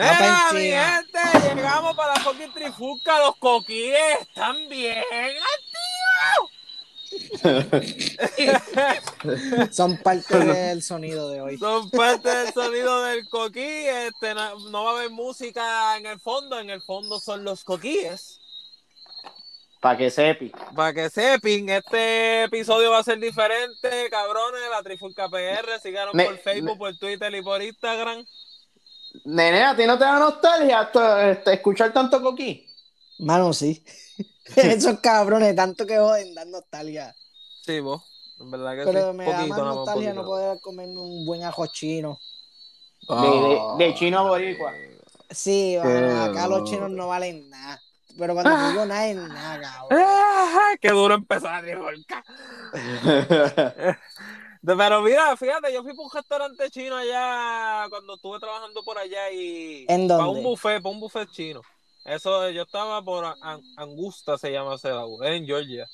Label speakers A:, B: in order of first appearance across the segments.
A: Mira,
B: pa'
A: Ah, mi
B: encima.
A: gente, llegamos para la fucking trifusca. Los coquíes están bien activos.
B: Son parte del sonido de hoy.
A: Son parte del sonido del coquí. Este, na- no, va a haber música en el fondo. En el fondo son los coquíes.
C: Para que sepi.
A: Para que sepan, este episodio va a ser diferente, cabrones. La trifusca PR. Síganos
C: Me-
A: por Facebook,
C: me-
A: por Twitter y por Instagram.
C: Nene, ¿a ti no te da nostalgia esto- este, escuchar tanto coquí?
B: Mano, sí. Esos cabrones, tanto que joden, dan nostalgia.
A: Sí, vos. En verdad que
B: Pero
A: sí.
B: me da más
A: nada más,
B: nostalgia
A: poquito.
B: no poder comerme un buen ajo chino.
C: De- de- de chino a boricua.
B: Sí, mano, acá los chinos no valen nada. Pero cuando te digo nada es nada, cabrón.
A: Ah, qué duro empezar la trifulca. De- Eh, Pero mira, fíjate, yo fui para un restaurante chino allá cuando estuve trabajando por allá y
B: ¿En
A: para
B: dónde?
A: un buffet, para un buffet chino. Eso yo estaba por An- Angusta se llama ese lado, en Georgia.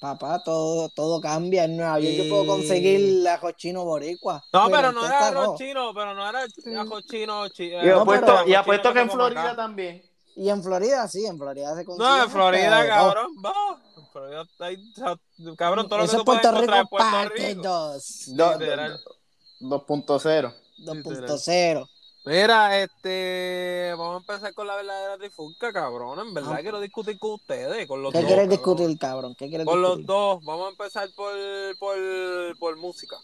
B: Papá, todo, todo cambia en Nueva York. Yo puedo
A: Y-
B: conseguir ajo chino boricua.
A: No, pero,
B: en
A: no
B: Texas
A: era arroz
B: no.
A: chino, pero no era ajo chino. chi-
C: y
A: eh,
C: apuesto,
A: ajo
C: y
A: chino
C: apuesto que en
A: se come
C: Florida
A: acá.
C: también.
B: Y en Florida sí, en Florida se consigue.
A: No, en Florida,
B: pero-
A: cabrón, va. En Florida hay- cabrón, todo lo que
B: Eso
A: tú puedes
B: es Puerto Rico
A: encontrar en Puerto
B: parte
A: Rico.
B: 2.
C: Do-
A: Literal.
C: do- 2.0.
B: 2.0.
A: Mira, este, vamos a empezar con la verdadera trifulca, cabrón. En verdad
B: Ah.
A: quiero discutir con ustedes, con los
B: ¿Qué
A: dos.
B: quieres
A: cabrón.
B: discutir, cabrón? ¿Qué quieres
A: Con los
B: discutir?
A: dos. Vamos a empezar por, por, por música.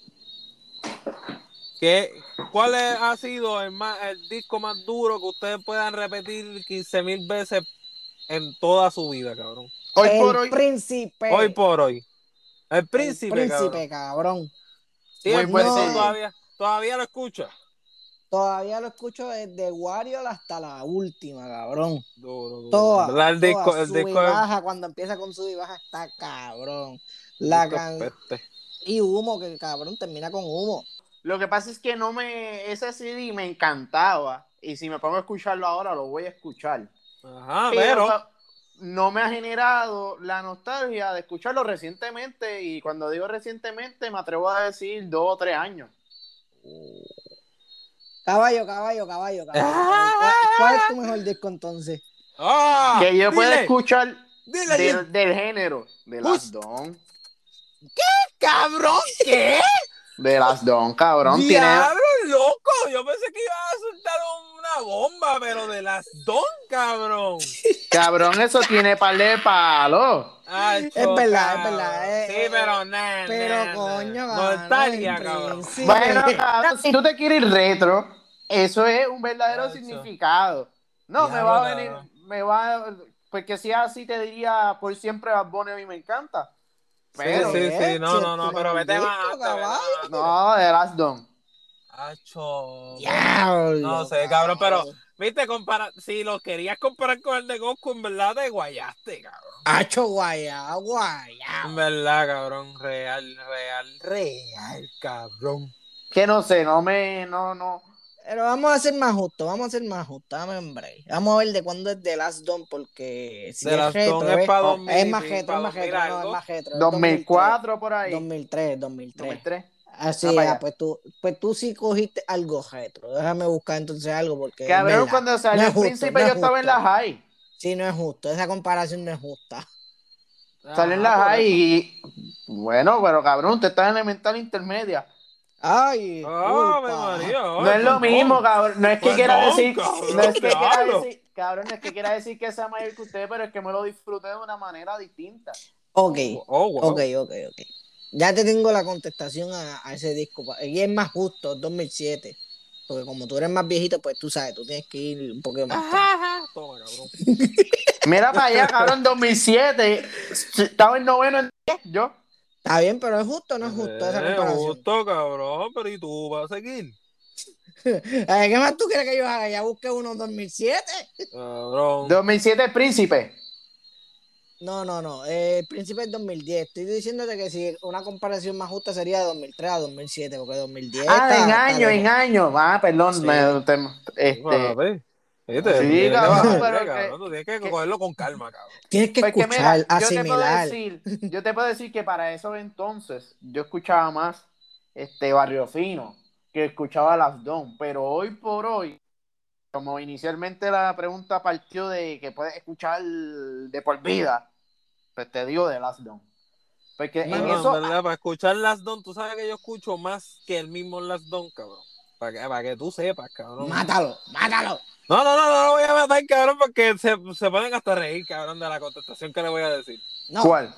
A: ¿Qué, ¿Cuál es- ha sido el, más, el disco más duro que ustedes puedan repetir 15 mil veces en toda su vida, cabrón?
C: Hoy
B: el
C: por hoy,
B: príncipe.
A: Hoy por hoy. El
B: Eh. El
A: príncipe, cabrón.
B: príncipe, Eh. cabrón.
A: Sí,
C: Muy
A: el
C: buen
A: príncipe
B: sencillo.
A: todavía, todavía lo escucha.
B: Todavía lo escucho desde Wario hasta la última, cabrón.
A: Duro, duro.
B: Toda,
A: ¿Verdad? el disco,
B: toda,
A: el
B: sube y
A: disco es-
B: baja, cuando empieza con sub y baja está cabrón. La
A: disco es
B: can-
A: peste.
B: Y humo, que cabrón termina con humo.
C: lo que pasa es que no me. Ese CD me encantaba. Y si me pongo a escucharlo ahora, lo voy a escuchar.
A: Ajá,
C: Ah, pero
A: pero.
C: no me ha generado la nostalgia de escucharlo recientemente. Y cuando digo recientemente, me atrevo a decir dos o tres años.
B: Caballo, caballo, caballo, caballo.
A: Ah.
B: ¿Cuál- ¿Cuál es tu mejor disco entonces?
A: ¡Ah!
C: que yo pueda
A: dile,
C: escuchar
A: Dile, dile.
C: del, del género. De las Don.
A: ¡Cabrón! ¿Qué?
C: De las Don, cabrón. Tiene,
A: ¡Diablo, loco! Yo pensé que iba a soltar una bomba, pero de las don, cabrón.
C: cabrón, eso tiene par de palos.
A: Ay,
B: Es verdad,
A: chocado.
B: es verdad, eh,
A: sí,
B: eh,
A: pero nada.
B: Pero coño, cabrón.
A: Nostalgia,
B: el
A: cabrón.
B: príncipe.
C: Bueno, cabrón, si tú te quieres ir retro, eso es un verdadero
A: Nacho.
C: significado. No, me
A: Diablo,
C: va a venir,
A: cabrón.
C: me va a- porque si es así te diría por siempre Bad Bunny a mí me encanta. Pero,
A: sí, sí, sí, no,
B: Che,
A: no, no,
B: tu
A: pero vete
B: maldito
A: más.
B: caballo.
C: no, de Last Dawn.
A: Acho.
B: Diablo,
A: No sé, cabrón, pero- Viste, compara si lo querías comparar con el de Goku, en verdad te guayaste, cabrón.
B: Hacho guaya, guaya.
A: En verdad, cabrón, real, real, real, cabrón.
C: Que no sé, no me, no, no.
B: Pero vamos a ser más justos, vamos a ser más justos, dame un break. Vamos a ver de cuándo es The Last Dawn, porque si
A: De
B: es
A: las
B: retro,
A: Don es
B: es,
A: para
C: es
A: 2000.
B: es más retro, es más retro, no, es
A: algo.
B: más retro. es
C: 2004 por ahí.
B: 2003, 2003.
C: 2003.
B: Así,
C: Ah, vaya.
B: ah, pues tú, pues tú sí cogiste algo retro. Déjame buscar entonces algo, porque. es
C: Cabrón,
B: verdad.
C: cuando
B: No
C: salió
B: es
C: el
B: justo,
C: príncipe
B: no es
C: yo estaba en la
B: justo.
C: high.
B: Sí, no es justo, esa comparación no es justa.
A: Ah,
C: Salió
B: Ah,
C: en la
A: Ajá, por
C: high y, bueno, pero cabrón, te estás en elemental intermedia.
B: Ay,
A: Ah,
B: disculpa.
A: Ave María,
C: No es lo
A: perdón.
C: mismo, cabrón. No es que
A: Pues
C: quiera
A: no,
C: decir.
A: cabrón,
C: No es que quiera
A: claro.
C: decir. Cabrón, no es que quiera decir que sea mayor que usted, pero es que me lo disfruté de una manera distinta.
B: Ok,
A: Oh, wow.
B: ok, ok, ok. Ya te tengo la contestación a, a ese disco. pa- Y es más justo, 2007. Porque como tú eres más viejito, pues tú sabes, tú tienes que ir un poquito más. tarde.
A: Ajá, ajá. Toma, cabrón.
C: Mira para allá, cabrón, 2007. Estaba en noveno en yo.
B: Está bien, pero es justo o no es justo esa
A: Eh,
B: comparación.
A: justo, cabrón, pero ¿y tú vas a seguir?
B: Eh, ¿Qué más tú quieres que yo haga? Ya busqué uno en 2007.
A: Cabrón.
C: 2007 príncipe.
B: No, no, no. eh, el príncipe es 2010. Estoy diciéndote que si una comparación más justa sería de 2003 a 2007, porque 2010.
C: Ah,
B: está-
C: en
B: está
C: año, en
B: lejos.
C: año. Ah, perdón,
B: Sí.
C: me- te- este.
A: Papi, ¿Viste? Tú
C: Sí,
A: tienes que
C: cabrón,
A: bajarle,
C: pero que-
A: cabrón, tú tienes que,
C: que-
A: cogerlo con calma, cabrón.
B: Tienes que
C: Pues que mira,
B: escuchar,
C: yo te, puedo
B: asimilar.
C: decir, yo te puedo decir que para esos entonces yo escuchaba más este Barrio Fino que escuchaba Las Don, pero hoy por hoy como inicialmente la pregunta partió de que puedes escuchar de por vida, pues te digo de Last Dawn. Porque en
A: Mano, en
C: eso,
A: verdad, para escuchar Last Don, tú sabes que yo escucho más que el mismo Last Don, cabrón. Para que, para que tú sepas, cabrón.
B: Mátalo, mátalo.
A: No, no, no, no lo voy a matar, cabrón, porque se, se ponen hasta a reír, cabrón, de la contestación que le voy a decir.
B: No.
C: ah, ¿cuál?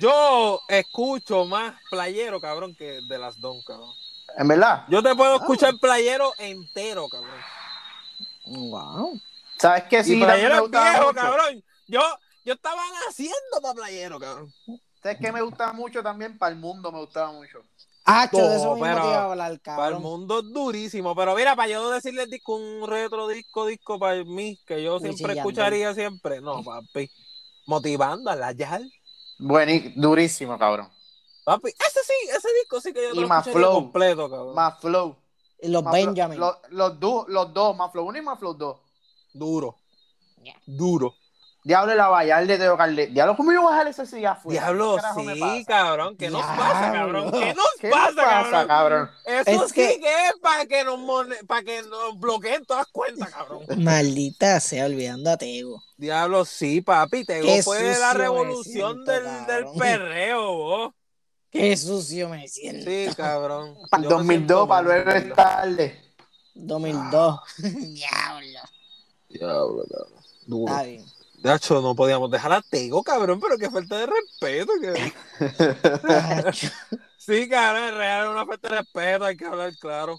A: Yo escucho más playero, cabrón, que de las Don, cabrón.
C: En verdad,
A: Yo te puedo escuchar playero entero, cabrón.
B: Wow.
C: ¿sabes qué? Sí,
A: y
C: también me
A: playero es
C: gustaba
A: viejo,
C: mucho.
A: cabrón. Yo, yo estaba naciendo para playero, cabrón.
C: ¿Sabes qué me gustaba mucho también? Para el mundo me gustaba mucho.
B: Ah,
A: No,
B: de eso mismo
A: pero-
B: te iba a hablar,
A: Para el
B: cabrón.
A: mundo es durísimo. Pero mira, para yo decirle el disco, un retro disco, disco para mí, que yo
B: Wisin y
A: siempre
B: Yandel.
A: escucharía siempre. No, papi. Motivando a la Yal.
C: Bueno, durísimo, cabrón.
A: Papi, ese sí, ese disco sí que yo
C: Y
A: te lo
C: más
A: escucharía
C: flow.
A: completo, cabrón.
C: Más flow.
B: Y Eh, los
C: Más Flow-
B: Benjamin.
C: lo- los, du- los dos, más flow uno y más flow dos.
A: Duro.
B: Yeah.
A: Duro.
C: Diablo la vallar de Teo Carlet. Diablo, ¿cómo yo voy a dejar ese cigarro? afuera?
A: Diablo,
C: Pues, ¿Qué carajo me
A: sí,
C: pasa?
A: cabrón. ¿Qué nos
B: Diablo.
A: pasa, cabrón? ¿Qué nos
C: ¿Qué
A: pasa,
C: me pasa,
A: cabrón?
C: cabrón?
A: Eso
B: Es
A: sí
B: que-
A: que... es para que nos mone- para que nos bloqueen todas cuentas, cabrón.
B: Maldita sea, olvidando a Tego.
A: Diablo, sí, papi. Te
B: Qué
A: digo, fue la
B: sucio me
A: revolución
B: siento,
A: del, del
B: cabrón.
A: perreo, vos.
B: Qué sucio me siento.
A: Sí, cabrón.
C: Para
A: Yo me
C: 2002,
A: siento
C: para
A: mal,
C: luego es
A: cabrón.
C: tarde.
B: 2002.
C: Ah.
B: Diablo.
A: Diablo, cabrón. Duro.
B: Está bien.
A: De hecho, no podíamos dejar a Tego, cabrón, pero qué falta de respeto. Que...
B: Tacho.
A: Sí, cabrón, es real, una falta de respeto, hay que hablar claro.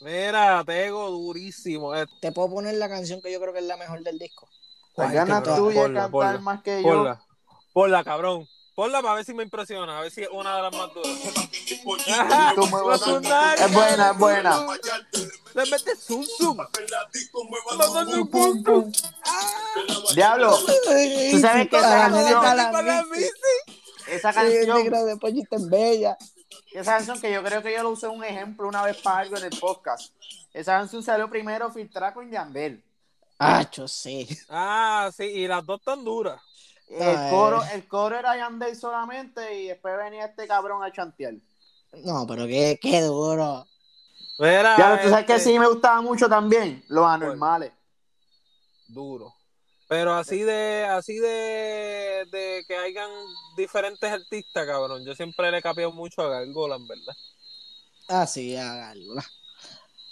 A: Mira, Tego, durísimo. eh.
B: Te puedo poner la canción que yo creo que es la mejor del disco.
C: Las
A: Ay,
C: ganas
A: cabrón,
C: tuyas de
A: ponla,
C: cantar
A: ponla,
C: más que yo.
A: Ponla, ponla, cabrón. Ponla para ver si me impresiona, a ver si es una de las más duras. Ajá,
C: Tú me vas a-
A: con su nalga,
C: Es buena, es buena.
A: Le metes zum zum. Mamá, zum, zum, zum. Ah,
C: Diablo,
B: Tú
C: sabes que esa
B: para
C: canción-
B: está la
A: con la
B: bici.
A: bici.
C: esa
B: Sí, el
C: canción,
B: negro de pollito es bella.
C: esa canción que yo creo que yo lo usé un ejemplo una vez para algo en el podcast. Esa canción salió primero filtrada con Yandel.
B: Acho, sí.
A: Ah, sí, y las dos tan duras.
C: El
B: Ay.
C: coro, el coro era Yandel solamente y después venía este cabrón a chantear.
B: No, pero qué, qué duro.
A: Mira,
C: Ya, tú sabes que
A: este,
C: sí me gustaba mucho también, los anormales.
A: Duro. Pero así de, así de, de que hayan diferentes artistas, cabrón. Yo siempre le capeo mucho a Gargola, en verdad.
B: Ah, sí, hágalo.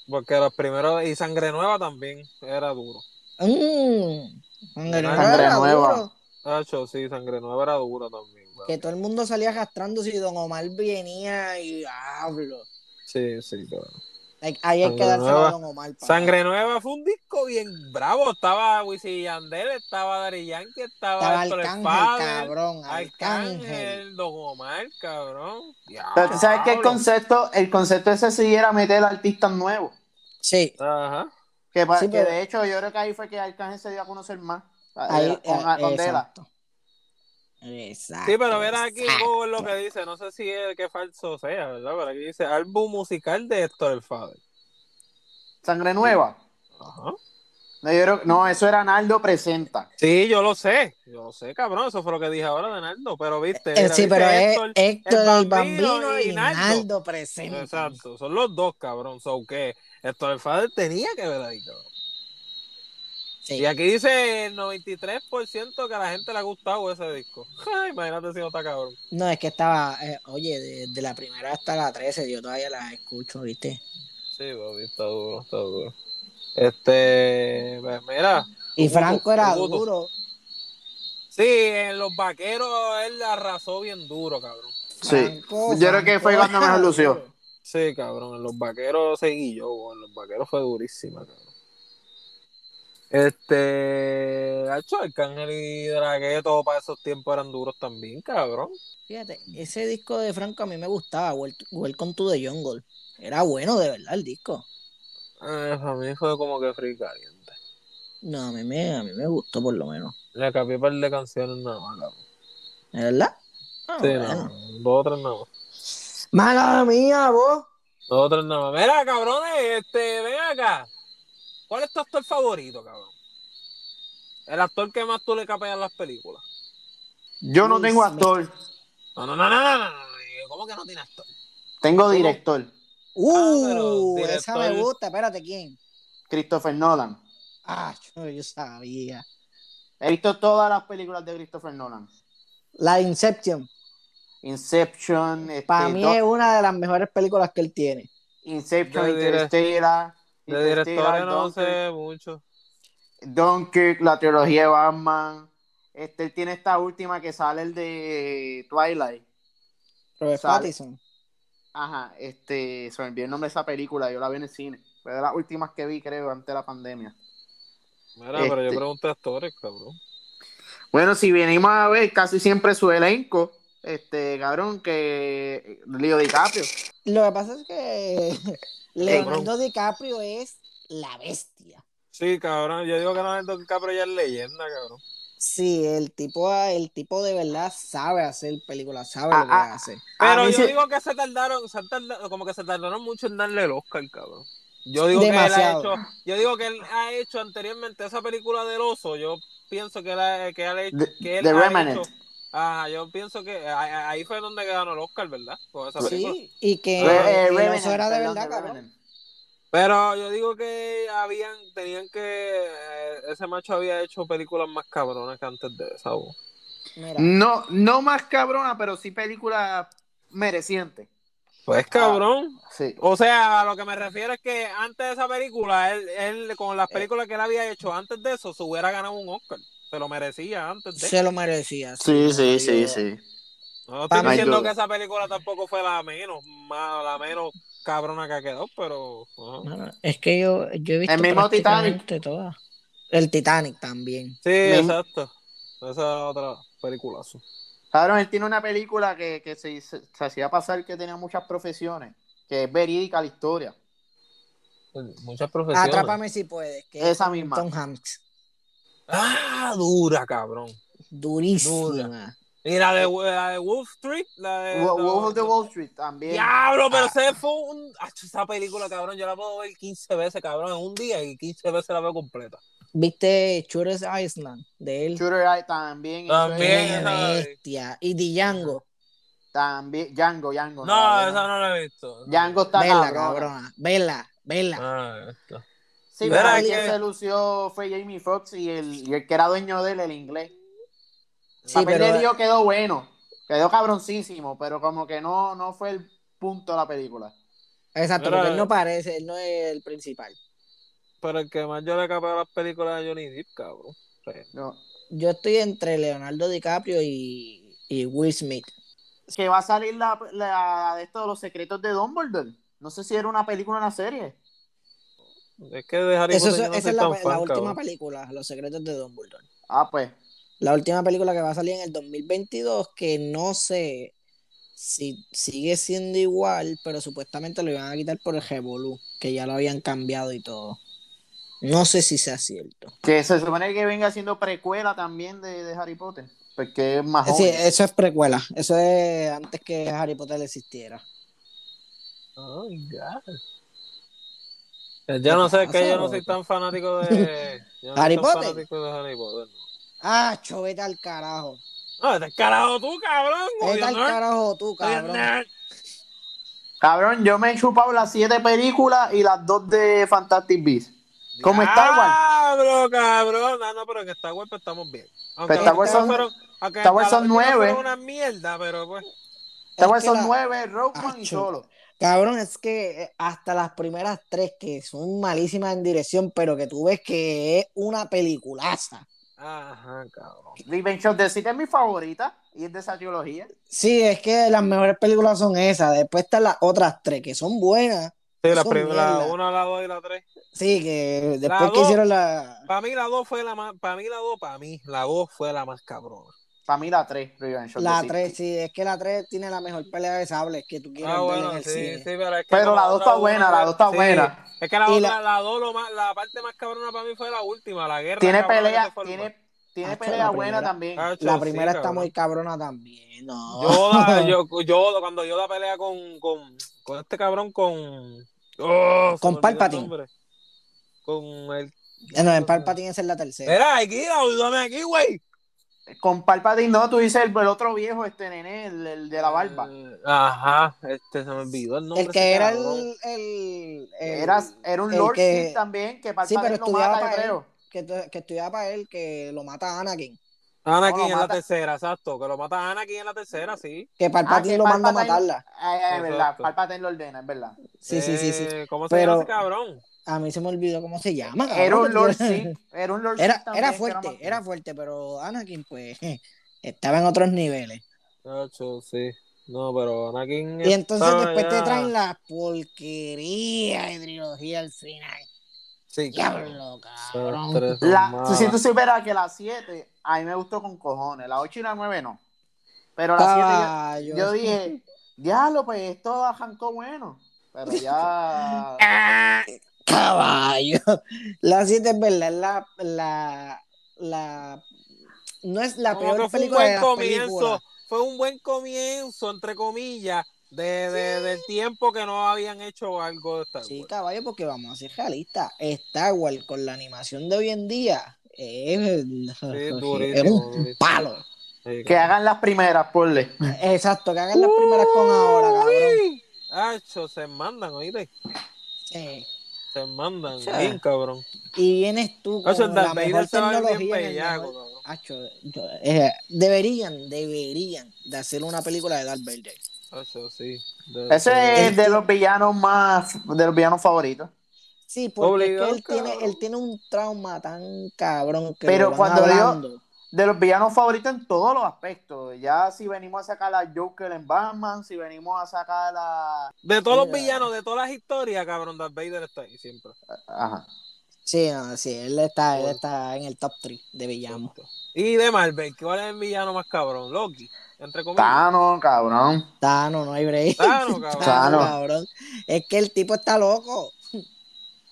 A: Porque los primeros, y Sangre Nueva también era duro.
B: Mm. Sangre
A: Sangre
B: nueva,
C: nueva.
B: duro.
A: Hacho, sí, Sangre Nueva era duro también. cabrón.
B: Que todo el mundo salía arrastrándose y Don Omar venía y hablo.
A: Sí, sí, cabrón.
B: Hay- Ahí hay que
A: Sangre
B: dárselo
A: nueva.
B: a Don Omar. papá.
A: Sangre Nueva fue un disco bien bravo. Estaba Wisin y Yandel, estaba Dari Yankee, estaba,
B: Estaba
A: Héctor el
B: Arcángel,
A: Father,
B: cabrón. Arcángel.
A: Arcángel, Don Omar, cabrón.
C: Pero tú sabes que el
A: ah, Diablo.
C: concepto, el concepto ese sí era meter artistas nuevos.
B: Sí.
A: Ajá.
C: Que, pa-
B: Sí,
C: que
B: pero-
C: de hecho yo creo que ahí fue que Arcángel se dio a conocer más.
B: Ahí,
C: Era- con,
B: eh,
C: con Dela.
B: exacto. Exacto.
A: Sí, pero mira aquí
B: exacto.
A: Google lo que dice, no sé si es que falso sea, ¿verdad? Pero aquí dice álbum musical de Héctor el Father.
C: Sangre Nueva.
A: Ajá.
C: No, yo creo- no, eso era Naldo Presenta.
A: Sí, yo lo sé, yo lo sé, cabrón, eso fue lo que dije ahora de Naldo, pero viste.
B: Eh,
A: mira,
B: sí,
A: dice
B: pero es Héctor,
A: Héctor-
B: el
A: el
B: Bambino,
A: Bambino
B: y
A: y Naldo.
B: Naldo presente.
A: Exacto, son los dos, cabrón, so que Héctor el Father tenía que ver ahí, cabrón.
B: Sí.
A: Y aquí dice el 93% que a la gente le ha gustado ese disco. Ay, imagínate si no está cabrón.
B: No, es que estaba, eh, oye, de, de la primera hasta la 13, yo todavía la escucho, ¿viste?
A: Sí, papi, está duro, está duro. Este, pues mira,
B: Y
A: Ujú,
B: Franco era
A: ujú.
B: duro.
A: Sí, en los vaqueros él arrasó bien duro, cabrón.
C: Sí.
B: Franco,
C: Yo creo que
B: Franco
C: fue cuando
B: era
C: mejor lució.
B: duro.
A: Sí, cabrón, en los vaqueros seguí yo, güey, en los vaqueros fue durísima, cabrón. Este, Hacho, Arcángel y Dragueto para esos tiempos eran duros también, cabrón.
B: Fíjate, ese disco de Franco a mí me gustaba, Wel- Welcome to the Jungle. Era bueno, de verdad, el disco.
A: Eh, a mí fue como que free caliente.
B: No, a mí me, a mí me gustó por lo menos.
A: Le cambié un par de canciones nada más, cabrón.
B: ¿De verdad? Ah,
A: Sí,
B: bueno.
A: nada más. Dos o tres nada más.
B: Mala mía, vos.
A: Dos o tres nada más. Mira, cabrones, este, ven acá. ¿Cuál es tu actor favorito, cabrón? El actor que más tú le capeas las películas.
C: Yo no
B: Luis
C: tengo
B: Smith.
C: actor,
A: No, no, no, no, no, no, no. ¿Cómo que no tiene actor?
C: tengo director.
B: Uh,
A: pero
B: esa me
A: director-
B: gusta, espérate, ¿quién?
C: Christopher Nolan.
B: Ah, yo, yo sabía.
C: He visto todas las películas de Christopher Nolan.
B: La Inception.
C: Inception, este,
B: Para mí
C: Do-
B: es una de las mejores películas que él tiene.
C: Inception,
A: Yo diré-
C: Interstellar,
A: De directores
C: Interstellar,
A: no
C: Dunkirk,
A: sé mucho.
C: Dunkirk, la trilogía de Batman. Este, él tiene esta última que sale el de Twilight.
B: Robert
C: Sale.
B: Pattinson.
C: Ajá, este, se me olvidó el nombre de esa película, yo la vi en el cine. Fue de las últimas que vi, creo, antes de la pandemia.
A: Mira, pero yo
C: Este.
A: pregunté a actores, cabrón.
C: Bueno, si venimos a ver casi siempre su elenco, este, cabrón, que Leo DiCaprio.
B: Lo que pasa es que Leonardo DiCaprio es la bestia.
A: Sí, cabrón. Yo digo que Leonardo DiCaprio ya es leyenda, cabrón.
B: Sí, el tipo, el tipo de verdad sabe hacer películas, sabe
C: Ah,
B: lo que
C: ah,
B: hace.
A: Pero
C: A
A: yo
C: mí se-
A: digo que se tardaron, se han tarda- como que se tardaron mucho en darle el Oscar, cabrón. Yo digo
B: Demasiado.
A: que él ha hecho, yo digo que él ha hecho anteriormente esa película del oso. Yo pienso que él ha, que él ha hecho,
C: The-
A: que él
C: The
A: ha
C: Revenant.
A: hecho- Ajá, yo pienso que a- a- ahí fue donde ganó el Oscar, ¿verdad? Con esa película.
B: Sí, y que
C: Re- eh,
B: y no
C: Revenant,
B: eso era de
C: perdón,
B: verdad,
C: The
B: cabrón.
C: Revenant.
A: Pero yo digo que habían, tenían que, eh, ese macho había hecho películas más cabronas que antes de esa. bo.
B: Mira,
C: No, no más cabrona, pero sí película mereciente.
A: Pues cabrón.
C: Sí.
A: O sea, a lo que me refiero es que antes de esa película, él, él con las películas que él había hecho antes de eso, se hubiera ganado un Oscar. Se lo merecía antes de.
B: se lo merecía.
C: Sí, sí,
B: Yo-
C: sí, sí.
A: No estoy
B: No hay
A: diciendo
C: duda.
A: que esa película tampoco fue la menos, más, la menos cabrona que quedó, pero. ajá.
B: Mano, Es que yo, yo he visto
C: El mismo
B: prácticamente todas. El Titanic también.
A: Sí,
C: Me-
A: exacto. Esa es otra película.
C: Cabrón, él tiene una película que, que se, se- se hacía pasar que tenía muchas profesiones, que es verídica la historia.
A: Muchas profesiones.
B: Atrápame si puedes, que es
C: Esa misma.
B: Tom Hanks.
A: Ah, dura, cabrón.
B: Durísima.
A: Y la de, la de Wolf Street, la de.
C: Wo- Wolf of the
A: la-
C: Wall Street también.
A: Diablo, pero ese fue un. Ach, Esa película, cabrón, yo la puedo ver 15 veces, cabrón, en un día y 15 veces la veo completa.
B: ¿Viste Chures Island? De él.
C: Shooter Island también. eso es-
A: También.
B: Qué
A: esa-
B: bestia. Y Django.
C: También, Django, Django.
A: No,
C: cabrón.
A: esa no la he visto.
C: Django está
B: Vela,
C: cabrón.
B: cabrona. Vela, vela.
A: Ah, esta.
C: Sí,
A: Mira
C: pero el que
A: que-
C: se lució fue Jamie Foxx y el, y el que era dueño de él, el inglés. El
B: Sí,
C: papel de
B: pero,
C: Dios quedó bueno, quedó cabroncísimo, pero como que no, no fue el punto de la película.
B: exacto,
A: Mira,
B: porque él
A: eh.
B: no parece, él no es el principal.
A: Pero el que más yo le capé a las películas de Johnny Depp, cabrón.
C: No.
B: Yo estoy entre Leonardo DiCaprio y, y Will Smith.
C: Que va a salir la, la de esto de los secretos de Dumbledore. No sé si era una película o una serie.
A: Es que de Harry
B: Eso-
A: Potter yo no
B: esa
A: soy
B: es la,
A: tan
B: la
A: fan,
B: última
A: cabrón.
B: película, Los secretos de Dumbledore.
C: Ah, pues.
B: La última película que va a salir en el 2022, que no sé si sigue siendo igual, pero supuestamente lo iban a quitar por el Revolú, que ya lo habían cambiado y todo. No sé si sea cierto.
C: Que se supone que venga siendo precuela también de, de Harry Potter. Porque es más
B: Sí, eh.
C: joven.
B: eso es precuela. Eso es antes que Harry Potter existiera.
A: Oh, my God. Yo no sé, es que yo no soy tan fanático de. yo no soy
B: ¿Harry
A: tan
B: Potter?
A: fanático de Harry Potter.
B: Ah, cho, vete al carajo.
A: No, te carajo tú, cabrón. ¿eh?
B: Vete
A: odio
B: al
A: nerd,
B: Este carajo tú,
A: odio
B: cabrón.
A: nerd.
C: Cabrón, yo me he chupado las siete películas y las dos de Fantastic Beasts. Como Star Wars.
A: Diablo, cabrón. Ah, no, pero en Star Wars pues, estamos bien. Aunque
C: Pero Star
A: las
C: Wars
A: últimas
C: son-
A: fueron- aunque
C: Star Wars
A: las
C: son
A: últimas
C: nueve.
A: fueron una mierda, pero pues.
C: Star
B: Es
C: Wars
B: que
C: son
B: la-
C: nueve, Rogue One y
B: Acho.
C: solo.
B: Cabrón, es que eh, hasta las primeras tres que son malísimas en dirección, pero que tú ves que es una peliculaza.
A: Ajá, cabrón.
C: Revenge of the Sith es mi favorita y es de esa trilogía.
B: Sí, es que las mejores películas son esas. Después están las otras tres que son buenas.
A: Sí, la
B: Son
A: primera, la
B: mierda.
A: 1, la 2 y la 3.
B: Sí, que después
A: Las
B: que
A: dos.
B: hicieron la.
A: Para mí la 2 fue la más, para mí la 2, para mí, la 2 fue la más cabrona.
C: Para mí la 3, Revenge of
B: La
C: the Sith.
B: 3, sí, es que la 3 tiene la mejor pelea de sables que tú quieres
A: Ah,
B: ver
A: bueno,
B: en el
A: sí, sí,
B: cine.
A: pero es que
C: Pero
A: como
C: la 2 está
A: otra,
C: buena,
A: una-
C: la 2 está
A: sí.
C: buena.
A: Es que la
B: Y
A: otra, la 2, lo más, la parte más cabrona para mí fue la última, la guerra.
C: Tiene
A: cabrona que
C: pelea,
A: se formó.
C: tiene, tiene
B: Acho,
C: pelea
B: la
C: buena
B: primera.
C: también.
A: Acho,
B: La
A: sí,
B: primera está
A: cabrón.
B: muy cabrona también, no.
A: Yoda, yo, Yoda, cuando Yoda pelea con, con, con este cabrón, con. Oh, se
B: Con
A: me olvidó el
B: Palpatine.
A: nombre. Con el.
B: Eh, No, en Palpatine esa es la tercera.
A: Mira, aquí, ayúdame aquí, güey.
C: Con Palpatine, no, tú dices el, el otro viejo, este nene, el, el de la barba.
A: Eh, ajá, este se me olvidó el nombre.
B: el
A: ese
B: que era
A: cabrón.
B: el, el- el-
C: Era, era un
B: el
C: Lord
B: que-
C: Sith también, que
B: Sí,
C: Palpatine
B: pero
C: lo
B: estudiaba
C: mata, yo
B: para él,
C: creo.
B: que, tu- que estudiaba para él, que lo mata a Anakin.
A: Anakin
C: No, lo
A: en la
C: mata.
A: tercera, exacto. Que lo mata Anakin en la tercera, sí.
B: Que Palpatine
C: Ah, que
B: lo manda a
C: Palpatine-
B: matarla.
C: Ay, ay, Ah, eh, es verdad,
A: Exacto.
C: Palpatine lo ordena, es verdad.
B: Sí, sí, sí, sí.
A: Eh, ¿Cómo se
B: Pero-
A: llama ese cabrón?
B: A mí se me olvidó cómo se llama.
C: Era
B: cabrón,
C: un
B: que
C: Lord
B: tú-
C: Sith, era un Lord
B: Era,
C: Sith también,
B: era
C: que
B: fuerte,
C: más-
B: era fuerte, pero Anakin, pues, estaba en otros niveles.
A: Nacho, sí. No, pero Anakin.
B: Y entonces
A: estaba
B: después te
A: ya-
B: traen la porquería de trilogía al final.
A: Sí, cabrón.
B: Diablo,
A: Esas
B: cabrón.
A: tres son
C: La,
A: malas.
C: si tú supieras que la 7, a mí me gustó con cojones, la 8 y la 9 no. Pero la 7
B: Caballo.
C: yo, yo dije, diablo, pues esto arrancó bueno. Pero ya...
B: Ah, Caballo. La 7 es verdad, es la, la, la- No es la
A: Como
B: peor
A: que fue un
B: película de
A: buen
B: las
A: comienzo,
B: películas.
A: fue un buen comienzo, entre comillas, de, de- del tiempo que no habían hecho algo de Star
B: Sí,
A: Wars.
B: caballo, porque vamos a ser realistas. Star Wars con la animación de hoy en día es,
A: Sí,
B: es
A: durísimo,
B: un
A: durísimo.
B: palo.
A: Sí,
C: Que
A: cabrón.
C: hagan las primeras, porle.
B: Exacto, que hagan las primeras con ahora, cabrón.
A: Uy, acho, se mandan, oíste,
B: Sí.
A: se mandan,
B: Sí.
A: bien cabrón.
B: Y vienes tú con
A: Acho, el
B: la
A: Darth Vader
B: mejor
A: se va a ver bien
B: tecnología. en el
A: bellaco,
B: mejor-
A: cabrón.
B: Acho, yo- eh, deberían, deberían de hacer una película de Darth Vader.
A: Acho, sí. de-
C: Ese es de los villanos más, de los villanos favoritos.
B: Sí, porque es que
A: Obligado,
B: él, tiene,
A: cabrón.
B: él tiene un trauma tan cabrón que lo
C: Pero
B: van
C: cuando yo-
B: hablando.
C: De los villanos favoritos en todos los aspectos. Ya si venimos a sacar a Joker en Batman, si venimos a sacar a...
A: De todos los
B: Mira.
A: villanos, de todas las historias, cabrón, Darth Vader está ahí siempre.
C: Ajá.
B: Sí, no, sí, él está, él
A: Bueno.
B: está en el top 3 de villanos.
A: Y de Marvel, ¿cuál es el villano más cabrón? Loki, entre comillas.
C: Thanos, cabrón.
B: Tano, no hay break.
A: Thanos, cabrón.
B: Thanos,
C: Thanos.
B: cabrón. Es que el tipo está loco.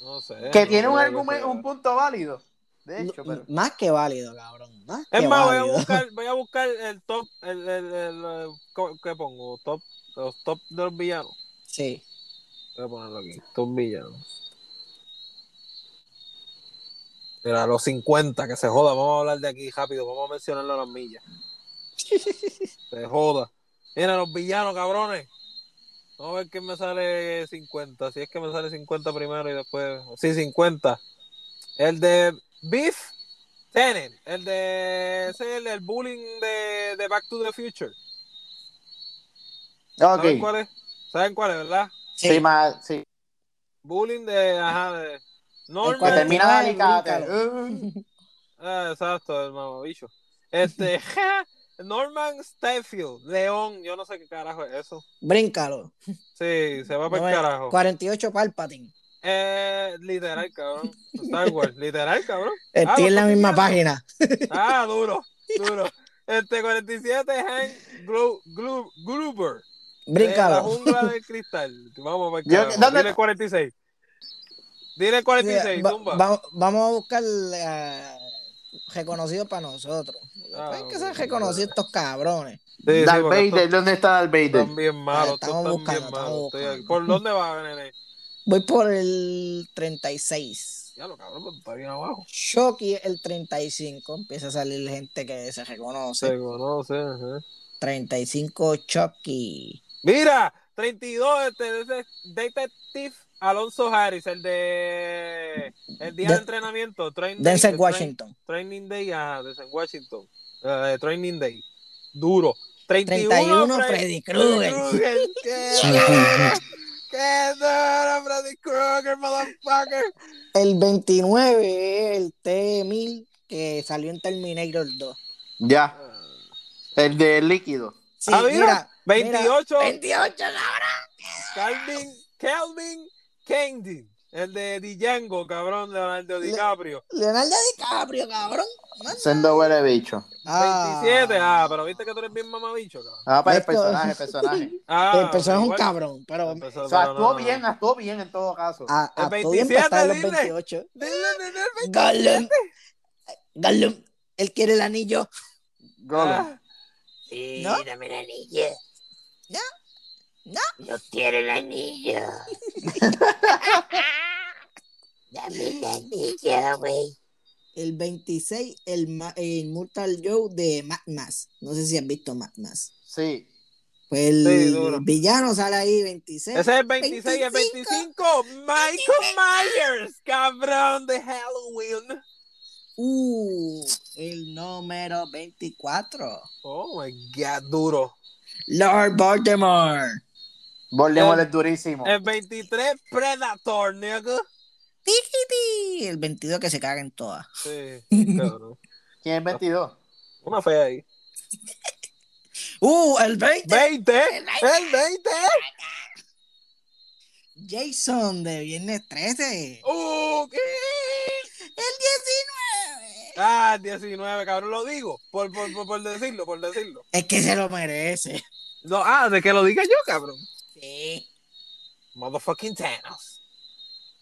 A: No sé.
C: Que
A: no
C: tiene un
A: sé,
C: argumento,
A: no sé.
C: un punto válido. De hecho, pero.
B: Más que válido, cabrón. Más que
A: Es más, voy a
B: válido.
A: buscar, voy a buscar el top, el, el, el, eh, co- ¿qué pongo? Top, los top de los villanos.
B: Sí.
A: Voy a ponerlo aquí, top villanos. Mira, los 50, que se joda, vamos a hablar de aquí rápido, vamos a mencionarlo a las millas. Se joda. Mira, los villanos, cabrones. Vamos a ver quién me sale 50. Si es que me sale 50 primero y después. Sí, 50. El de Beef Tenet. El de. Ese es el del bullying de, de Back to the Future. ¿Saben
C: Ok.
A: cuál es? ¿Saben cuál es, verdad?
B: Sí,
C: Sí, más, sí.
A: Bullying de. Ajá, de.
C: Que
B: Cuando
A: Norman.
C: termina de
B: tú vas,
C: alicate.
A: Ah, exacto, el mamabicho. Este. Norman Steinfield, León. Yo no sé qué carajo es eso.
B: Bríncalo.
A: Sí, se va para
B: No
A: el
B: es-
A: carajo.
B: 48 Palpatine.
A: Eh, literal, cabrón. Star Wars, literal, cabrón. Ah,
B: Estoy
A: los
B: en la
A: dos
B: misma
A: villanos.
B: página.
A: Ah, duro, duro. Este 47, Hank Glu- Glu- Gruber. de Eh, La
B: Bríncalo.
A: jungla del cristal. Vamos para el
C: Yo-
A: carajo.
C: ¿dónde
A: Dile
C: está?
A: 46. Dile 46,
B: Va-
A: tumba.
B: va- vamos a buscar eh, reconocido para nosotros. Pues
A: Ah,
B: Hay que
A: ok.
B: ser reconocidos estos cabrones.
A: Sí, sí,
C: Darth
A: porque estos
C: Vader, ¿dónde está Darth Vader?
A: Están bien malos, estos
B: Estamos
A: están
B: buscando,
A: bien
B: estamos
A: malos. Estoy
B: buscando.
A: aquí. ¿Por dónde va, nene?
B: Voy por el 36.
A: Ya lo cabrón, pero está bien abajo.
B: Shoki el 35. Empieza a salir gente que se reconoce.
A: Se conoce, ajá.
B: 35 Chucky.
A: Mira, 32, este, ese Detective Alonso Harris, el de el día de,
B: De-
A: entrenamiento, Training Day,
B: Denzel
A: el train-
B: Washington.
A: Training Day, ajá, de San Washington, eh, Training Day, duro. 31,
B: 31
A: Fre-
B: Freddy Krueger.
A: Krueger, qué duro, qué duro, Freddy Krueger, motherfucker.
B: El 29 es el T-1000 que salió en Terminator 2.
C: Ya, el de líquido.
B: Sí,
A: Ah, mira,
B: mira,
A: 28,
B: mira, 28 cabrón.
A: Calvin, Calvin Candy, el de Django, cabrón, de Leonardo
B: Le-
A: DiCaprio.
B: Leonardo DiCaprio, cabrón. Manda.
C: Sendo huele bicho.
A: 27, ah, pero viste que tú eres bien mamabicho, cabrón.
C: Ah, para el
B: Esto-
C: personaje, el personaje.
A: Ah,
B: El personaje es un
A: igual-
B: cabrón, pero
A: Empezó, pero
C: O sea,
A: no,
C: actuó
A: no,
C: bien, actuó bien en todo caso.
B: a, a
A: El
B: todo bien para estar en los
A: 27,
B: 28.
A: no. Dile, dile, dile.
B: Gollum. Gollum. Él quiere el anillo.
C: Gollum.
A: Ah,
D: Sí,
B: ¿No?
D: dame el anillo.
B: ¿No? ¿No?
D: Yo quiero el anillo. dame el anillo, güey.
B: El 26, el, Ma- el Mortal Joe de Mad Max. No sé si han visto Mad Max.
C: Sí.
B: Pues el
A: Sí, duro.
B: villano sale ahí 26.
A: Ese es el 26 y el 25. Michael Myers, cabrón de Halloween.
B: Uh, el número 24.
A: Oh my god, duro.
B: Lord Baltimore.
C: Voldemort
A: Eh,
C: es durísimo.
A: El 23, Predator, nigga.
B: Tiquiti. El 22 que se caguen todas.
A: Sí, cabrón.
C: ¿Quién es 22?
A: Una fea ahí.
B: Uh, el 20.
A: 20, el 20.
B: Jason de Viernes 13.
A: Uh, ¿qué?
B: El 19.
A: Ah, 19, cabrón, lo digo. Por, por, por, por decirlo, por decirlo.
B: Es que se lo merece.
A: No, ah, de que lo diga yo, cabrón.
B: Sí.
A: Motherfucking Thanos.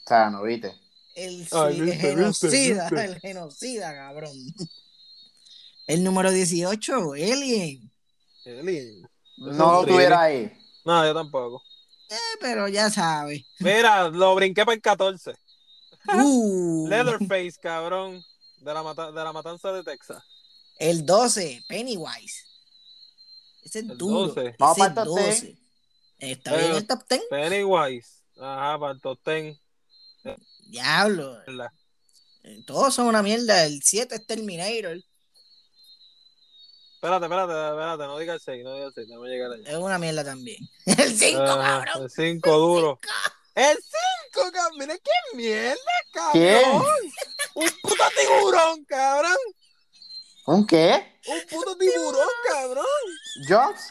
C: O sea, no viste.
B: El
A: Ay,
B: sí-
A: viste,
B: genocida,
A: viste, viste.
B: el genocida, cabrón. El número 18, Alien.
A: Alien.
C: No
A: Eso
C: lo
A: es un
C: tuviera ahí.
A: No, yo tampoco.
B: Eh, pero ya sabe.
A: Mira, lo brinqué para el 14.
B: Uh,
A: Leatherface, cabrón. De la, mata- de la matanza de Texas.
B: el 12, Pennywise. Ese es
A: El
B: duro.
A: 12.
B: ese
C: Vamos
B: es
C: para el top 10.
B: 12. Está bien
A: Eh.
B: el top 10.
A: Pennywise. Ajá, para el top 10.
B: Diablo.
A: ¿verdad?
B: eh, Todos son una mierda. El 7 es Terminator.
A: Espérate, espérate, espérate. No digas el 6, no digas el 6. Déjame llegar allá.
B: Es una mierda también. El 5,
A: Ah,
B: cabrón.
A: el 5 duro. El 5, cabrón. Mira qué mierda, cabrón.
C: ¿Quién?
A: Un puto tiburón, cabrón.
C: ¿Un qué?
A: Un puto tiburón, cabrón.
C: ¿Jobs?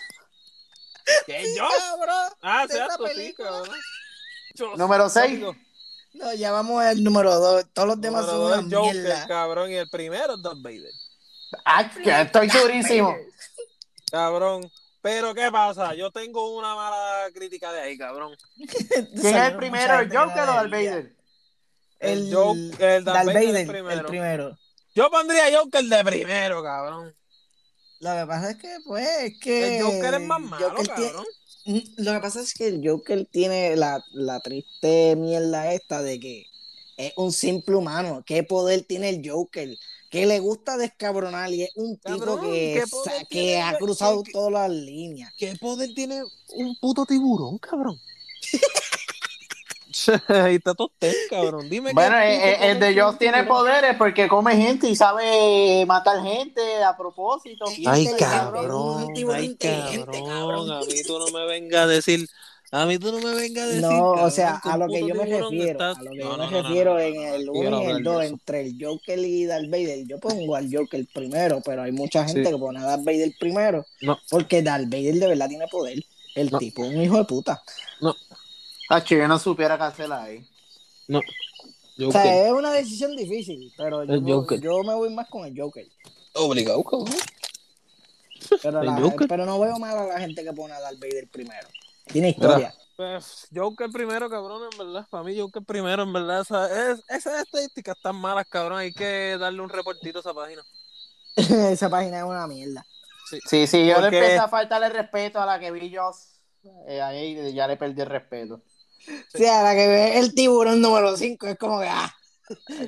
A: ¿Qué yo?
B: Cabrón.
A: Ah,
B: de esa
A: cierto, sí,
B: película.
A: cabrón. Yo
C: Número
A: sí,
C: seis.
A: digo.
B: No, ya vamos al número 2. Todos los demás
A: Número
B: son
A: dos,
B: una
A: el Joker,
B: mierda.
A: cabrón. Y el primero, es Darth Vader.
D: Ah,
C: Ay, que estoy durísimo.
A: Cabrón. Pero, ¿qué pasa? Yo tengo una mala crítica de ahí, cabrón.
C: ¿Quién es el primero, el Joker o Darth Vader?
A: El,
B: El-
A: Joker, el Darth, Vader, es el primero.
B: el primero.
A: Yo pondría Joker de primero, cabrón.
B: Lo que pasa es que, pues, es
A: El
B: que.
A: Eh, Joker es más malo,
B: Joker tiene-
A: cabrón.
B: Mm, Lo que pasa es que el Joker tiene la, la triste mierda esta de que es un simple humano. ¿Qué poder tiene el Joker? Que le gusta descabronar y es un tipo
A: Cabrón,
B: que,
A: ¿qué poder
B: sa- que
A: tiene
B: ha
A: el-
B: cruzado
A: Joker?
B: todas las líneas.
A: ¿Qué poder tiene un puto tiburón, cabrón? Ahí está todo usted, cabrón. Dime
C: Bueno,
A: qué
C: eh,
A: puto
C: eh, el, de
A: tiene un
C: Jobs tiene
A: tiburón.
C: poderes porque come gente y sabe matar gente a propósito.
A: Ay,
B: Inteligente,
A: cabrón.
B: un tiburón
A: Ay,
B: inteligente,
A: cabrón.
B: cabrón.
A: A mí tú no me vengas a decir. A mí tú no me vengas a decir.
B: No, o
A: cabrón,
B: sea,
A: que
B: a
A: un
B: lo que
A: puto
B: yo me
A: tiburón
B: refiero,
A: está-
B: a lo que
A: No,
B: yo
A: no,
B: me
A: no, no,
B: refiero
A: no, no,
B: en
A: no,
B: el
A: no quiero
B: 1 y
A: hablar
B: el
A: de
B: 2,
A: eso.
B: entre el Joker y Darth Vader, yo pongo al Joker primero, pero hay mucha gente
A: Sí.
B: que pone a Darth Vader primero,
A: No.
B: porque Darth Vader de verdad tiene poder. El
A: No.
B: tipo es un hijo de puta.
C: Tacho, yo no supiera qué hacer ahí.
B: O
A: Joker.
B: sea, es una decisión difícil, pero
A: El
B: yo,
A: Joker.
B: yo me voy más con el Joker.
A: Obligado, cabrón.
B: Pero,
A: El
B: la-
A: Joker.
B: pero no veo mal a la gente que pone a Darth Vader primero. Tiene historia.
A: Pues, Joker primero, cabrón, en verdad. Para mí, Joker primero, en verdad. O sea, es- esas estadísticas están malas, cabrón. Hay que darle un reportito a esa página.
B: Esa página es una mierda.
C: Sí, sí, yo
A: Porque-
C: le empecé a faltarle respeto a la que vi Jobs. eh, ahí ya le perdí el respeto.
B: O sea, la que ve el tiburón número 5 es como que, ah,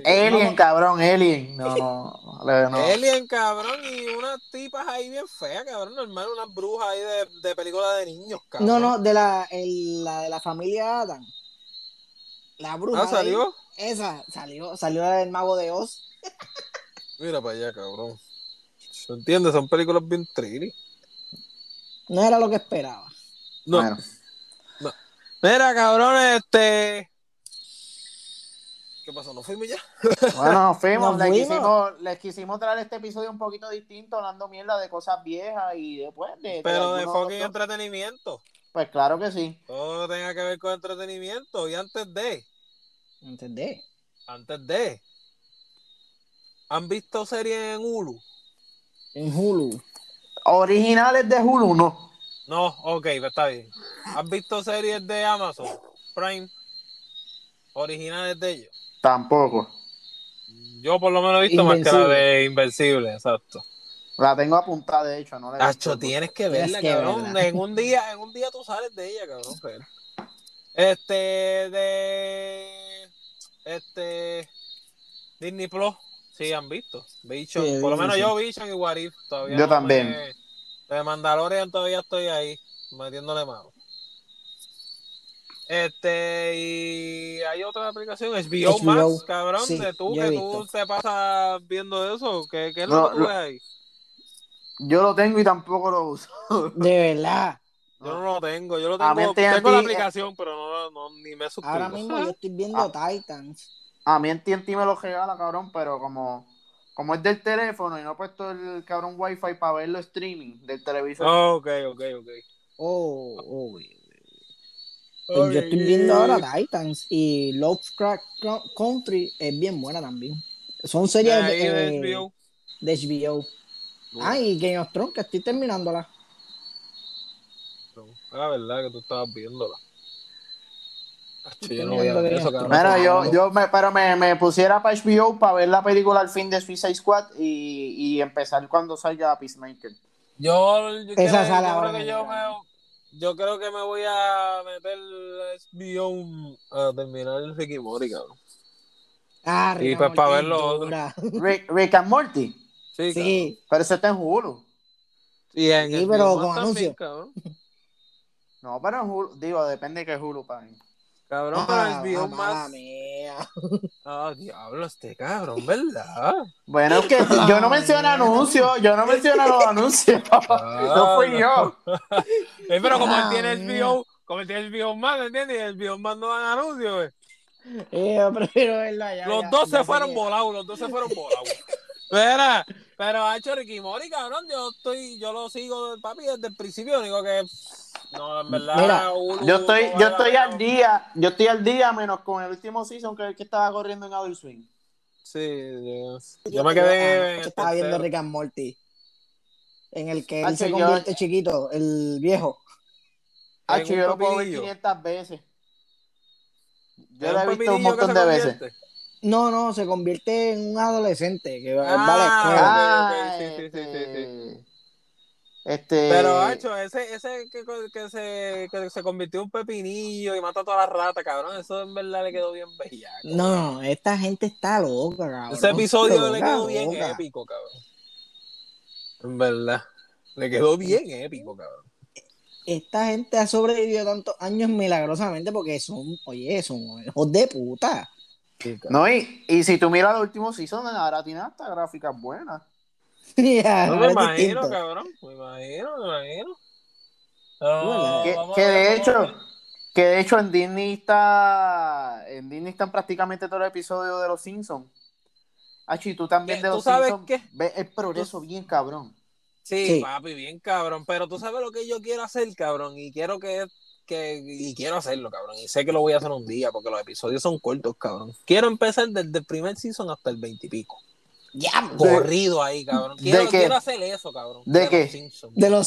C: Alien, cabrón, Alien. No, no, no. no.
A: Alien, cabrón, y unas tipas ahí bien feas, cabrón. Normal, unas brujas ahí de, de película de niños, cabrón. Ah,
B: No, no, de la, el- la de la familia Adam. La
A: Ah,
B: bruja. de ahí,
A: salió.
B: Esa salió, salió la del mago de Oz.
A: Mira para allá, cabrón. ¿Se entiende? Son películas bien trilly.
B: No era lo que esperaba.
A: No.
C: Bueno.
A: Mira, cabrón, este. ¿Qué pasó? ¿No fuimos ya?
C: Bueno, nos fuimos.
B: Nos
C: les,
B: fuimos.
C: Quisimos, les quisimos traer este episodio un poquito distinto, hablando mierda de cosas viejas y después de. de
A: Pero de
C: algunos
A: fucking
C: otros.
A: entretenimiento.
C: Pues claro que sí.
A: Todo tenga que ver con entretenimiento. Y antes de.
B: ¿Entendés?
A: Antes de. ¿Han visto series en Hulu?
B: En Hulu.
C: Originales de Hulu, no.
A: No, ok, pues está bien. ¿Has visto series de Amazon? Prime. Originales de ellos.
C: Tampoco.
A: Yo por lo menos he visto más que la
B: Invencible.
A: de Invencible, exacto.
C: La tengo apuntada, de hecho. No la he
A: Tacho,
C: visto.
A: tienes que verla,
B: Tienes que
A: cabrón.
B: verla.
A: En un día, en un día tú sales de ella, cabrón. pero- Este, de este Disney Plus, Sí, han visto. Bichon.
B: Sí,
A: Por lo
B: sí,
A: menos
B: sí.
A: yo, Bichon y Warif. Todavía
C: Yo
A: no
C: también.
A: me- De Mandalorian todavía estoy ahí, metiéndole mano. Este, y hay otra aplicación, HBO,
B: HBO,
A: Max, cabrón,
B: sí,
A: de tú,
B: yo he
A: que tú
B: visto.
A: te pasas viendo eso. ¿Qué, qué es lo
C: No,
A: que tú
C: lo-
A: ves ahí?
C: Yo lo tengo y tampoco lo uso.
B: De verdad. Ah.
A: Yo no lo tengo, yo lo
C: A mí
A: tengo.
C: TNT,
A: Tengo la
C: eh.
A: aplicación, pero no, no ni me suscribo.
B: Ahora mismo yo estoy viendo Titans.
C: A mí en TNT me lo regala, cabrón, pero como, como es del teléfono y no he puesto el cabrón wifi para verlo streaming del televisor.
A: Ok, ok, ok.
B: Oh, oh, güey. Pues
A: Oh,
B: yo estoy viendo ahora Titans y Lovecraft Cro- Country es bien buena también. Son
A: De
B: series
A: ahí de
B: eh,
A: HBO.
B: de HBO. Ah, y Game of Thrones, que estoy terminándola.
A: La Ah, verdad que tú estabas viéndola. yo
B: Estoy
A: no voy a
B: viendo
A: ver
B: Game
A: eso,
B: of
A: cabrón.
B: Thrones.
C: Mira, yo,
B: Claro.
C: yo me, pero me, me pusiera para HBO para ver la película al fin de Suicide Squad y, y empezar cuando salga Peacemaker.
A: Yo, yo creo-
B: sale
A: yo creo
B: ahora
A: que
B: en
A: yo
B: verano.
A: me- yo creo que me voy a meter HBO a terminar el Ricky Mori, cabrón.
B: Ah,
A: Y
B: Rick
A: pues
B: and
A: para
B: Morty
A: ver lo
B: es
A: otro.
B: dura.
C: Rick, Rick and Morty,
A: Sí, cabrón.
B: Sí,
C: pero eso está en Hulu.
A: Y en
B: Sí,
A: el Big
B: pero
A: One
B: con
A: también,
B: anuncio.
A: Cabrón,
C: No, pero en Hulu, digo, depende de qué Hulu paguen.
A: cabrón
B: Ah,
A: pero HBO
B: mamá
A: más.
B: mía.
A: Ah, diablo, este cabrón, ¿verdad?
C: Bueno, es que yo no menciono anuncios, yo no menciono los anuncios. No fui yo.
A: Ah, Eh, pero como él
B: Ah,
A: tiene el
B: mira.
A: HBO, como él tiene el HBO más, ¿entiendes? Y el HBO más no dan anuncios, eh.
B: Eh, yo prefiero verlo allá.
A: Los
B: ya-
A: dos se
B: ya sé
A: fueron
B: que-
A: volados, los dos se fueron volados. Mira, pero ha hecho Ricky Mori, cabrón. Yo estoy, yo lo sigo papi desde el principio. Digo que no, en verdad.
B: Mira,
A: Hulu
C: Yo estoy,
A: no
C: yo
A: vale la
C: estoy
A: pena.
C: al día, yo estoy al día menos con el último season que, que estaba corriendo en Adult Swing.
A: Sí, yo, yo me quedé.
B: Ah,
A: en el
B: estaba viendo
A: tercero.
B: Rick and Morty. En el que
C: Hacho,
B: él se
C: yo-
B: convierte chiquito, el viejo.
C: Ah,
A: En
C: yo
A: un
C: lo puedo ver
A: papelillo.
C: 500 veces. Yo
A: En
C: lo he
A: papelillo
C: visto un
A: que
C: montón
A: se
C: de veces.
A: convierte.
B: No, no, se convierte en un adolescente que va, va a la escuela.
C: Ah,
A: ok, sí, sí, sí,
C: este-
A: sí,
C: Este.
A: Pero, Hacho, ese, ese que, que, se, que se convirtió en un pepinillo y mata a todas las ratas, cabrón. Eso en verdad le quedó bien bellaco.
B: No, esta gente está loca, cabrón.
A: Ese episodio
B: Loca,
A: le quedó bien
B: loca.
A: épico, cabrón. En verdad. Le quedó bien épico, cabrón.
B: Esta gente ha sobrevivido tantos años milagrosamente porque son, oye, son hijos de puta.
C: No, y, y si tú miras el último season, ahora tiene hasta gráficas buenas.
B: Ya,
A: No
B: ahora
A: me
B: es
A: imagino,
B: distinto.
A: cabrón. Me imagino, me imagino. No,
B: Hola.
C: Que,
A: vamos a
C: que
A: ver,
C: de
A: vamos a
C: hecho,
A: ver.
C: que de hecho en Disney está. En Disney están prácticamente todos los episodios de los Simpsons. Ah, y tú también
A: ¿Qué?
C: de
A: ¿Tú
C: los
A: sabes
C: Simpsons.
A: qué?
C: Ves el progreso bien cabrón.
A: Sí,
B: Sí.
A: papi, bien, cabrón. Pero tú sabes lo que yo quiero hacer, cabrón. Y quiero que, que. Y quiero hacerlo, cabrón. Y sé que lo voy a hacer un día porque los episodios son cortos, cabrón. Quiero empezar desde el primer season hasta el veintipico.
B: Ya,
A: Corrido ahí, cabrón. Quiero,
C: ¿De qué?
A: quiero hacer eso, cabrón.
C: ¿De
A: los
C: qué?
A: Simpsons.
B: de los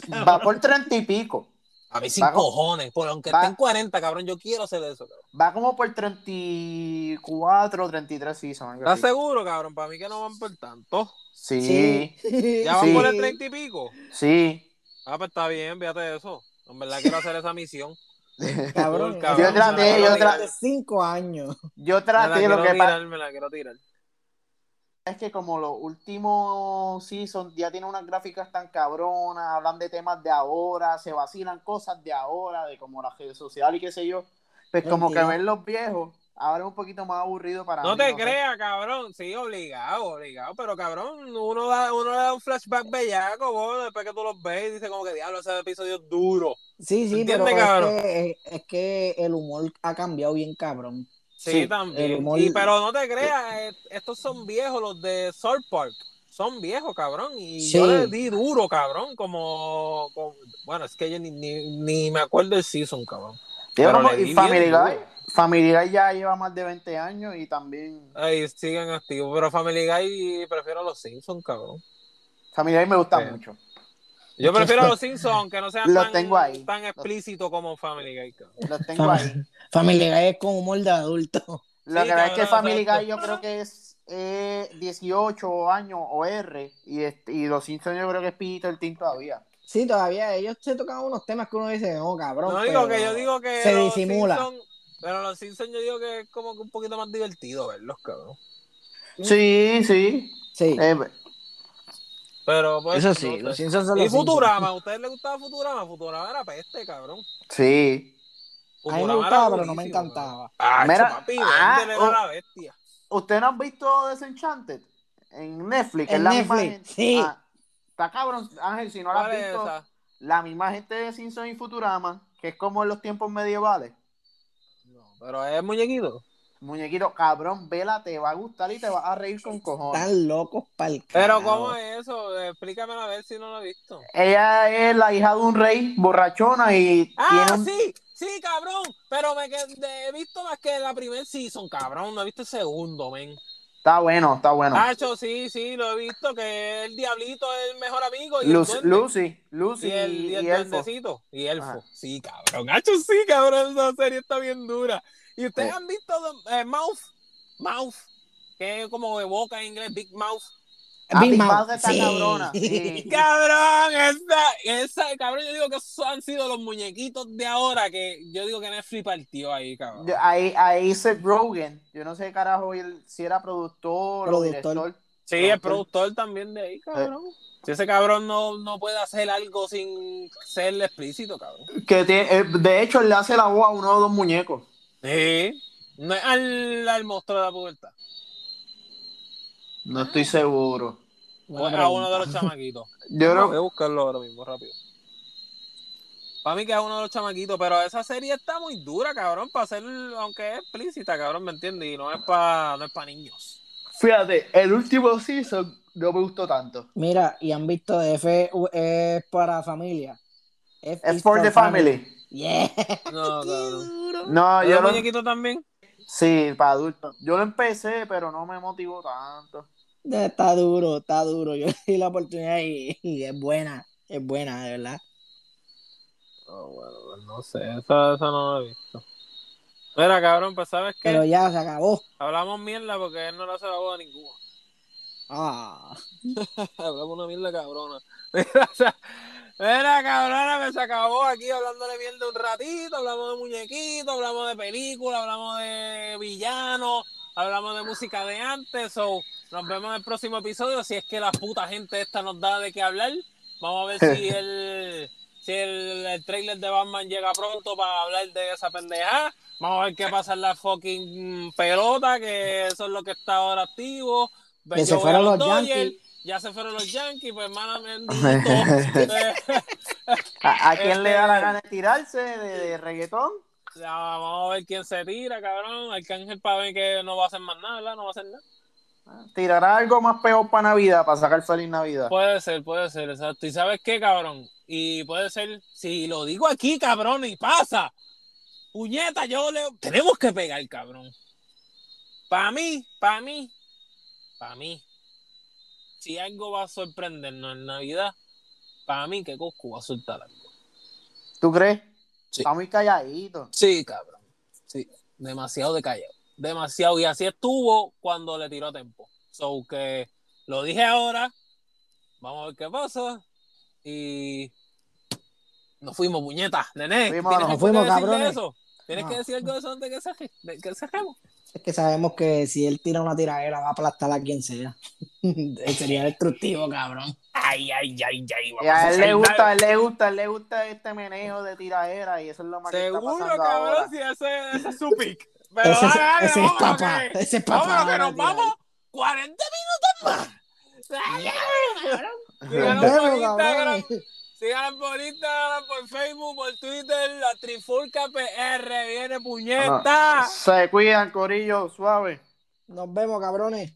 B: cabrón.
C: Va por treinta y pico.
A: A mí sin
C: Va con-
A: cojones, por aunque
C: va-
A: estén 40, cabrón, yo quiero hacer eso, cabrón.
C: Va como por 34, 33 seasons. algo
A: ¿Estás
C: así.
A: seguro, cabrón? Para mí que no van por tanto.
C: Sí,
A: Ya van
C: Sí.
A: por el 30 y pico.
C: sí.
A: Ah, pues está bien, fíjate de eso. En verdad quiero hacer esa misión.
B: Cabrón,
A: Yo
B: cabrón,
A: traté,
B: son
A: yo
B: los
A: traté.
B: de Cinco años.
C: Yo
A: Me la
C: traté
A: quiero
C: lo que pasa.
A: tirar, me la quiero tirar.
C: es que como los últimos seasons ya tienen unas gráficas tan cabronas, hablan de temas de ahora, se vacilan cosas de ahora, de como las redes sociales y qué sé yo. Pues como que
B: Mentira.
C: ver los viejos, ahora es un poquito más aburrido para
A: No
C: mí.
A: te
C: Ah, sé.
A: creas, cabrón. Sí, obligado, obligado. Pero, cabrón, uno, da, uno le da un flashback bellaco, vos, después que tú los ves y dices como que, diablo, ese episodio es duro.
B: Sí, sí,
A: ¿Entiendes,
B: pero es
A: cabrón?
B: que, es que el humor ha cambiado bien, cabrón.
A: Sí,
C: Sí,
A: también.
B: el humor-
A: Y, pero no te creas, eh, estos son viejos, los de South Park. Son viejos, cabrón. Y
B: Sí.
A: yo les di duro, cabrón. Como, como- Bueno, es que yo ni, ni, ni me acuerdo el season, cabrón.
C: Digo,
A: Pero
C: como-
A: le di
C: y Family
A: bien
C: Guy,
A: duro.
C: Family Guy ya lleva más de 20 años y también...
A: Ahí siguen activos. Pero Family Guy prefiero a los Simpsons, cabrón.
C: Family Guy me gusta
A: Sí.
C: mucho.
A: Yo prefiero a los Simpsons, aunque no sean
C: Los
A: tan,
C: tengo ahí.
A: tan explícitos como Family Guy, cabrón.
C: Los tengo ahí.
B: Family Guy es con humor de adulto.
C: Lo
A: Sí,
C: que pasa es
A: cabrón,
C: que Family
A: exacto.
C: Guy yo creo que es eh, 18 años o R y, este- y Los Simpsons yo creo que es Pito el Team todavía.
B: Sí, todavía ellos se tocan unos temas que uno dice, no, cabrón.
A: No digo
B: pero
A: que yo digo que.
B: se
A: los
B: disimula.
A: Simpsons- pero los Simpsons yo digo que es como que un poquito más divertido verlos, cabrón.
C: Sí, sí.
B: Sí.
C: Eh,
A: Pero pues.
B: Eso sí,
A: no
B: los
A: sé.
B: Simpsons son los
A: Y
B: Simpsons.
A: Futurama, ¿a ustedes les gustaba Futurama? Futurama era peste, cabrón.
C: sí.
B: A mí me
A: Futurama era
B: gustaba, pero no me
A: buenísimo,
B: encantaba.
A: cabrón. Ah,
C: Mira,
A: chu, papi,
C: ah,
A: Bender era
C: oh.
A: la bestia.
C: ¿Ustedes no han visto Desenchanted? En Netflix. es
B: En
C: la misma
B: Netflix,
C: gente.
B: sí.
C: Ah, está cabrón, Ángel, si no la has
A: ¿Cuál es
C: visto.
A: esa?
C: La misma gente de Simpson y Futurama, que es como en los tiempos medievales.
A: No, pero es muñequito.
C: Muñequito, cabrón, vela, te va a gustar y te vas a reír con cojones.
B: Están locos para el
A: Pero, ¿cómo es eso? Explícamelo a ver si no lo he visto.
C: Eh, Ella es la hija de un rey borrachona y
A: Ah,
C: tiene un...
A: sí, sí, cabrón. Pero me qued- de- he visto más que la primer season, cabrón. No he visto el segundo, men.
C: Está bueno, está bueno.
A: Hacho, sí, sí, lo he visto. Que el diablito es el mejor amigo. Y el
C: Lucy,
A: duende.
C: Lucy, Lucy
A: Y el, y el
C: Elfo.
A: duendecito. Y elfo.
C: Ajá.
A: Sí, cabrón. Hacho, sí, cabrón. Esa serie está bien dura. ¿Y ustedes
C: Sí.
A: han visto eh, Mouth? Mouth. Que es como de boca en inglés, Big Mouth.
C: Ah,
B: Big
C: Big
B: Mouth.
C: Mouth está
B: Sí.
C: cabrona. sí.
A: Cabrón, esa, esa, cabrón, yo digo que esos han sido los muñequitos de ahora que yo digo que Netflix partió ahí, cabrón.
C: Yo- Ahí, ahí Seth Rogen, yo no sé carajo él- si era productor, o
B: Productor.
C: director.
A: Sí, el productor también de ahí, cabrón. Si ese cabrón no, no puede hacer algo sin ser explícito, cabrón.
C: Que tiene- eh, de hecho, él le hace la voz a uno de los muñecos.
A: Sí. No es al, al monstruo de la pubertad.
C: No estoy seguro.
A: o es
B: Buena
A: a uno de los
B: pregunta.
A: chamaquitos.
C: Yo creo
A: Voy a buscarlo ahora mismo, rápido. Para mí que es uno de los chamaquitos, pero esa serie está muy dura, cabrón, para ser, aunque es explícita, cabrón, ¿me entiendes? Y no es para no es para niños.
C: Fíjate, el último season no me gustó tanto.
B: Mira, y han visto F es para familia. F
C: Es
B: is
C: for the family.
B: Yeah.
A: No, cabrón.
C: No, yo
A: ¿Los
C: Ah, no.
A: muñequitos también?
C: Sí, para adultos. Yo lo empecé, pero no me motivó tanto.
B: Está duro, está duro. Yo le di la oportunidad y, y es buena, es buena, de verdad.
A: No, Oh, bueno, pues no sé, esa, esa no la he visto. Mira, cabrón, pues sabes qué?
B: Pero ya se acabó.
A: Hablamos mierda porque él no le hace la boda a ninguno.
B: Ah,
A: Hablamos una mierda cabrona. Mira, o sea, mira, cabrona, me se acabó aquí hablándole mierda un ratito. Hablamos de muñequitos, hablamos de películas, hablamos de villanos, hablamos de música de antes. So, nos vemos en el próximo episodio. Si es que la puta gente esta nos da de qué hablar. Vamos a ver si el, si el, el trailer de Batman llega pronto para hablar de esa pendeja. Vamos a ver qué pasa en la fucking pelota, que eso es lo que está ahora activo.
B: Que se
A: Yo voy
B: fueron
A: a
B: los
A: Dodgers,
B: Yankees.
A: Ya se fueron los Yankees, pues hermana, me bendito. Eh,
C: ¿A, a quién
A: Este-
C: le da la gana de tirarse de, de reggaetón?
A: ya, vamos a ver quién se tira, cabrón. Arcángel para ver que no va a hacer más nada, ¿verdad? No va a hacer nada.
C: Tirará algo más peor para Navidad, para sacar feliz Navidad.
A: Puede ser, puede ser, exacto. ¿Y sabes qué, cabrón? Y puede ser, si lo digo aquí, cabrón, y pasa. Puñeta, yo le. Tenemos que pegar, cabrón. Para mí, para mí, para mí. Si algo va a sorprendernos en Navidad, para mí que Coscu va a soltar algo.
C: ¿Tú crees?
A: Pues- Sí.
C: Está muy calladito.
A: Sí, cabrón. Sí, demasiado de callado. Demasiado. Y así estuvo cuando le tiró tiempo. So que lo dije ahora. Vamos a ver qué pasa. Y nos fuimos, muñetas, nene.
C: Fuimos, Ah.
A: ¿Tienes
C: nos
A: algo
B: fuimos,
A: que decir de
B: cabrones.
A: eso? ¿Tienes
B: No.
A: que decir algo de eso antes que se, de que cerremos?
B: es que sabemos que si él tira una tiradera va a aplastar a quien sea. Sería destructivo, cabrón.
D: Ay, ay, ay, ay.
C: Y a él le
A: Vamos a
C: gusta, a él le gusta, a él le gusta este menejo de tiradera y eso es lo más
A: Seguro,
C: que está pasando ahora.
A: cabrón, si ese, ese es su pick. Pero
B: ese, es-
A: dale, dale,
B: ese es
A: vámonos,
B: papá,
A: que-
B: ese es papá.
A: Vámonos, que
B: ahora
A: nos
B: tirar.
A: vamos 40 minutos más.
B: Nos
A: Síganos por
B: vemos,
A: Instagram,
B: cabrones.
A: síganos por Instagram, por Facebook, por Twitter, la Trifulca PR, viene puñeta.
C: Se cuidan, Corillo, suave.
B: Nos vemos, cabrones.